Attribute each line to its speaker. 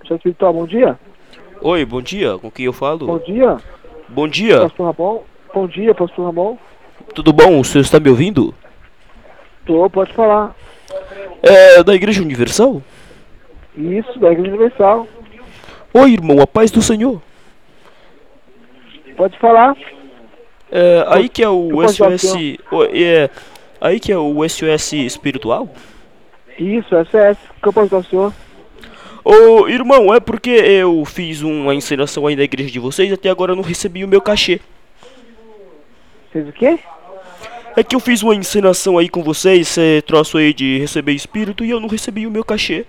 Speaker 1: Centro Espiritual, bom dia.
Speaker 2: Oi, bom dia. Com quem eu falo?
Speaker 1: Bom dia,
Speaker 2: Bom dia.
Speaker 1: pastor Ramon. Bom dia, pastor Ramon.
Speaker 2: Tudo bom? O senhor está me ouvindo?
Speaker 1: Tô, pode falar.
Speaker 2: É da Igreja Universal?
Speaker 1: Isso, da Igreja Universal.
Speaker 2: Oi, irmão, a paz do Senhor.
Speaker 1: Pode falar.
Speaker 2: É, aí que é o
Speaker 1: posso ajudar o
Speaker 2: SOS. o- É, aí que é o SOS espiritual?
Speaker 1: Isso, SS. O que eu posso dar ao senhor?
Speaker 2: Ô, irmão, é porque eu fiz uma encenação aí na igreja de vocês e até agora eu não recebi o meu cachê.
Speaker 1: Fez o quê?
Speaker 2: É que eu fiz uma encenação aí com vocês, esse troço aí de receber espírito, e eu não recebi o meu cachê.